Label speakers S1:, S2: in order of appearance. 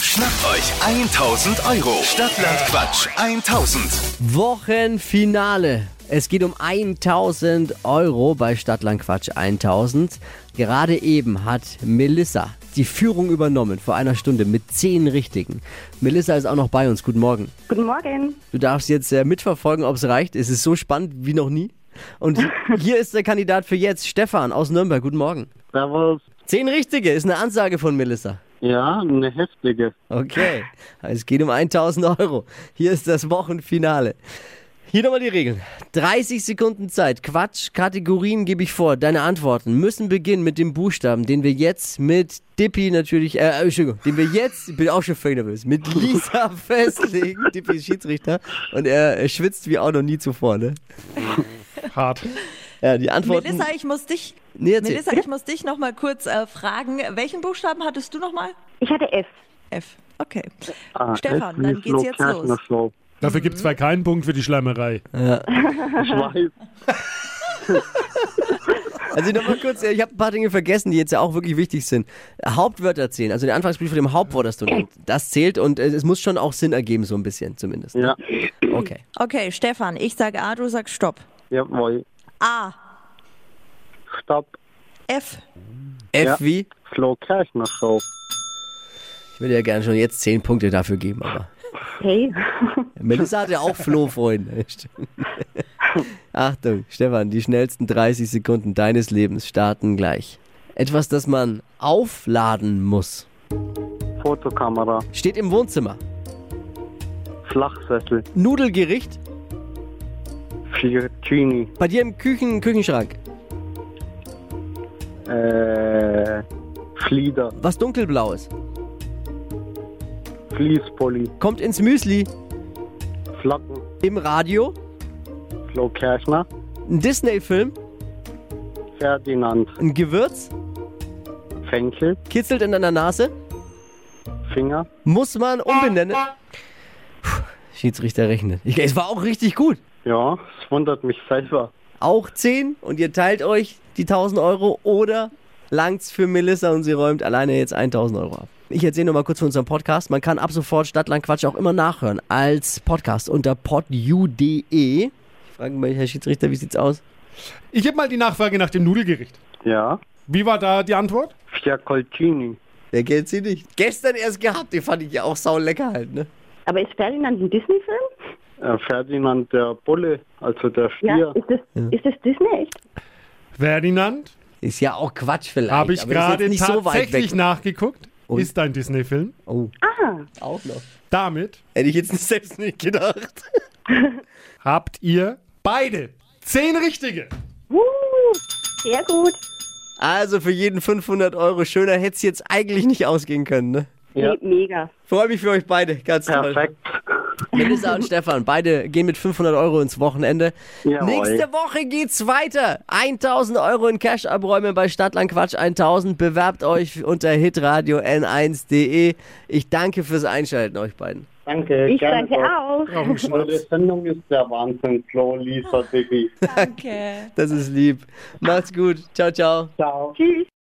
S1: Schnappt euch 1000 Euro. Stadtland Quatsch 1000.
S2: Wochenfinale. Es geht um 1000 Euro bei Stadtlandquatsch 1000. Gerade eben hat Melissa die Führung übernommen vor einer Stunde mit 10 Richtigen. Melissa ist auch noch bei uns. Guten Morgen.
S3: Guten Morgen.
S2: Du darfst jetzt äh, mitverfolgen, ob es reicht. Es ist so spannend wie noch nie. Und hier ist der Kandidat für jetzt, Stefan aus Nürnberg. Guten Morgen.
S4: Servus.
S2: 10 Richtige ist eine Ansage von Melissa.
S4: Ja, eine heftige.
S2: Okay, es geht um 1000 Euro. Hier ist das Wochenfinale. Hier nochmal die Regeln. 30 Sekunden Zeit. Quatsch, Kategorien gebe ich vor. Deine Antworten müssen beginnen mit dem Buchstaben, den wir jetzt mit Dippi natürlich, äh, Entschuldigung, den wir jetzt, ich bin auch schon völlig nervös, mit Lisa festlegen. Dippi ist Schiedsrichter und er äh, schwitzt wie auch noch nie zuvor, ne?
S5: Hart.
S2: Ja, die Antworten.
S6: Melissa, ich muss dich,
S2: nee, erzähl.
S6: Melissa, ich muss dich noch mal kurz äh, fragen. Welchen Buchstaben hattest du noch mal?
S3: Ich hatte F.
S6: F. Okay.
S4: Ah,
S6: Stefan,
S4: Essen
S6: dann
S4: ist
S6: geht's jetzt
S4: Location
S6: los.
S4: of Law.
S5: Dafür gibt es zwar keinen Punkt für die Schleimerei.
S4: Ich weiß.
S2: Also nochmal kurz, ich habe ein paar Dinge vergessen, die jetzt ja auch wirklich wichtig sind. Hauptwörter zählen, also den Anfangsbrief von dem Hauptwort, das du nennst, das zählt und äh, es muss schon auch Sinn ergeben, so ein bisschen zumindest.
S4: Ja,
S2: Okay.
S6: Okay, Stefan, ich sage A, du sagst Stopp.
S4: jawohl.
S6: A,
S4: Stopp.
S6: F.
S2: F
S4: Ja.
S2: wie?
S4: Flo Kerschner Show.
S2: Ich würde ja gerne schon jetzt 10 Punkte dafür geben, aber
S3: Hey.
S2: Melissa hat ja auch Flo, Freunde. Achtung, Stefan, die schnellsten 30 Sekunden deines Lebens starten gleich. Etwas, das man aufladen muss,
S4: Fotokamera.
S2: steht im Wohnzimmer.
S4: Flachsessel.
S2: Nudelgericht
S4: Fiorcini.
S2: bei dir im Küchen Küchenschrank.
S4: Äh, Flieder.
S2: Was dunkelblau ist,
S4: Fließpulli.
S2: kommt ins Müsli.
S4: Flocken.
S2: im Radio,
S4: Flo Kerschner.
S2: ein Disney-Film,
S4: Ferdinand.
S2: ein Gewürz,
S4: Fenkel.
S2: kitzelt in deiner Nase,
S4: Finger.
S2: muss man umbenennen. Puh, Schiedsrichter rechnet. Ich, es war auch richtig gut.
S4: Ja, es wundert mich selber.
S2: Auch 10 und ihr teilt euch die 1000 Euro oder langt's für Melissa und sie räumt alleine jetzt 1000 Euro ab. Ich erzähle nochmal kurz von unserem Podcast. Man kann ab sofort Stadtlandquatsch auch immer nachhören als Podcast unter podu.de. Ich frage mal, Herr Schiedsrichter, wie sieht's aus?
S5: Ich habe mal die Nachfrage nach dem Nudelgericht.
S4: Ja.
S5: Wie war da die Antwort?
S4: Fiacolcini.
S2: Wer kennt sie nicht? Gestern erst gehabt, den fand ich ja auch saulecker halt, ne?
S3: Aber ist Ferdinand ein Disney-Film?
S4: Äh, Ferdinand der Bulle, also der
S3: Ja.
S4: Stier.
S3: Ist, das, ist das Disney? Echt?
S5: Ferdinand,
S2: Ist ja auch Quatsch vielleicht.
S5: habe ich
S2: aber das ist
S5: gerade
S2: jetzt nicht so weit
S5: tatsächlich
S2: weg.
S5: nachgeguckt.
S2: Und?
S5: Ist ein Disney-Film.
S2: Oh,
S3: Ah.
S2: auch noch.
S5: Damit
S2: Hätte ich jetzt selbst nicht gedacht.
S5: habt ihr beide zehn richtige.
S3: Uh, sehr gut.
S2: Also für jeden 500 Euro schöner hätte es jetzt eigentlich nicht ausgehen können. Ne?
S4: Ja.
S3: Me- Mega.
S2: Freue mich für euch beide. Ganz toll.
S4: Perfekt.
S2: Melissa und Stefan, beide gehen mit 500 Euro ins Wochenende.
S4: Jawohl.
S2: Nächste Woche geht's weiter. 1000 Euro in Cash abräumen bei Stadtland Quatsch 1000. Bewerbt euch unter hitradio n1.de. Ich danke fürs Einschalten euch beiden.
S4: Danke.
S3: Ich
S4: gerne
S3: danke
S4: doch.
S3: auch.
S5: Auf den
S4: Eure
S5: Schnaps.
S4: Sendung ist der Wahnsinn, Flo, Lisa, Diggi.
S6: Danke.
S2: Das ist lieb. Macht's gut. Ciao, ciao.
S4: Ciao.
S3: Tschüss.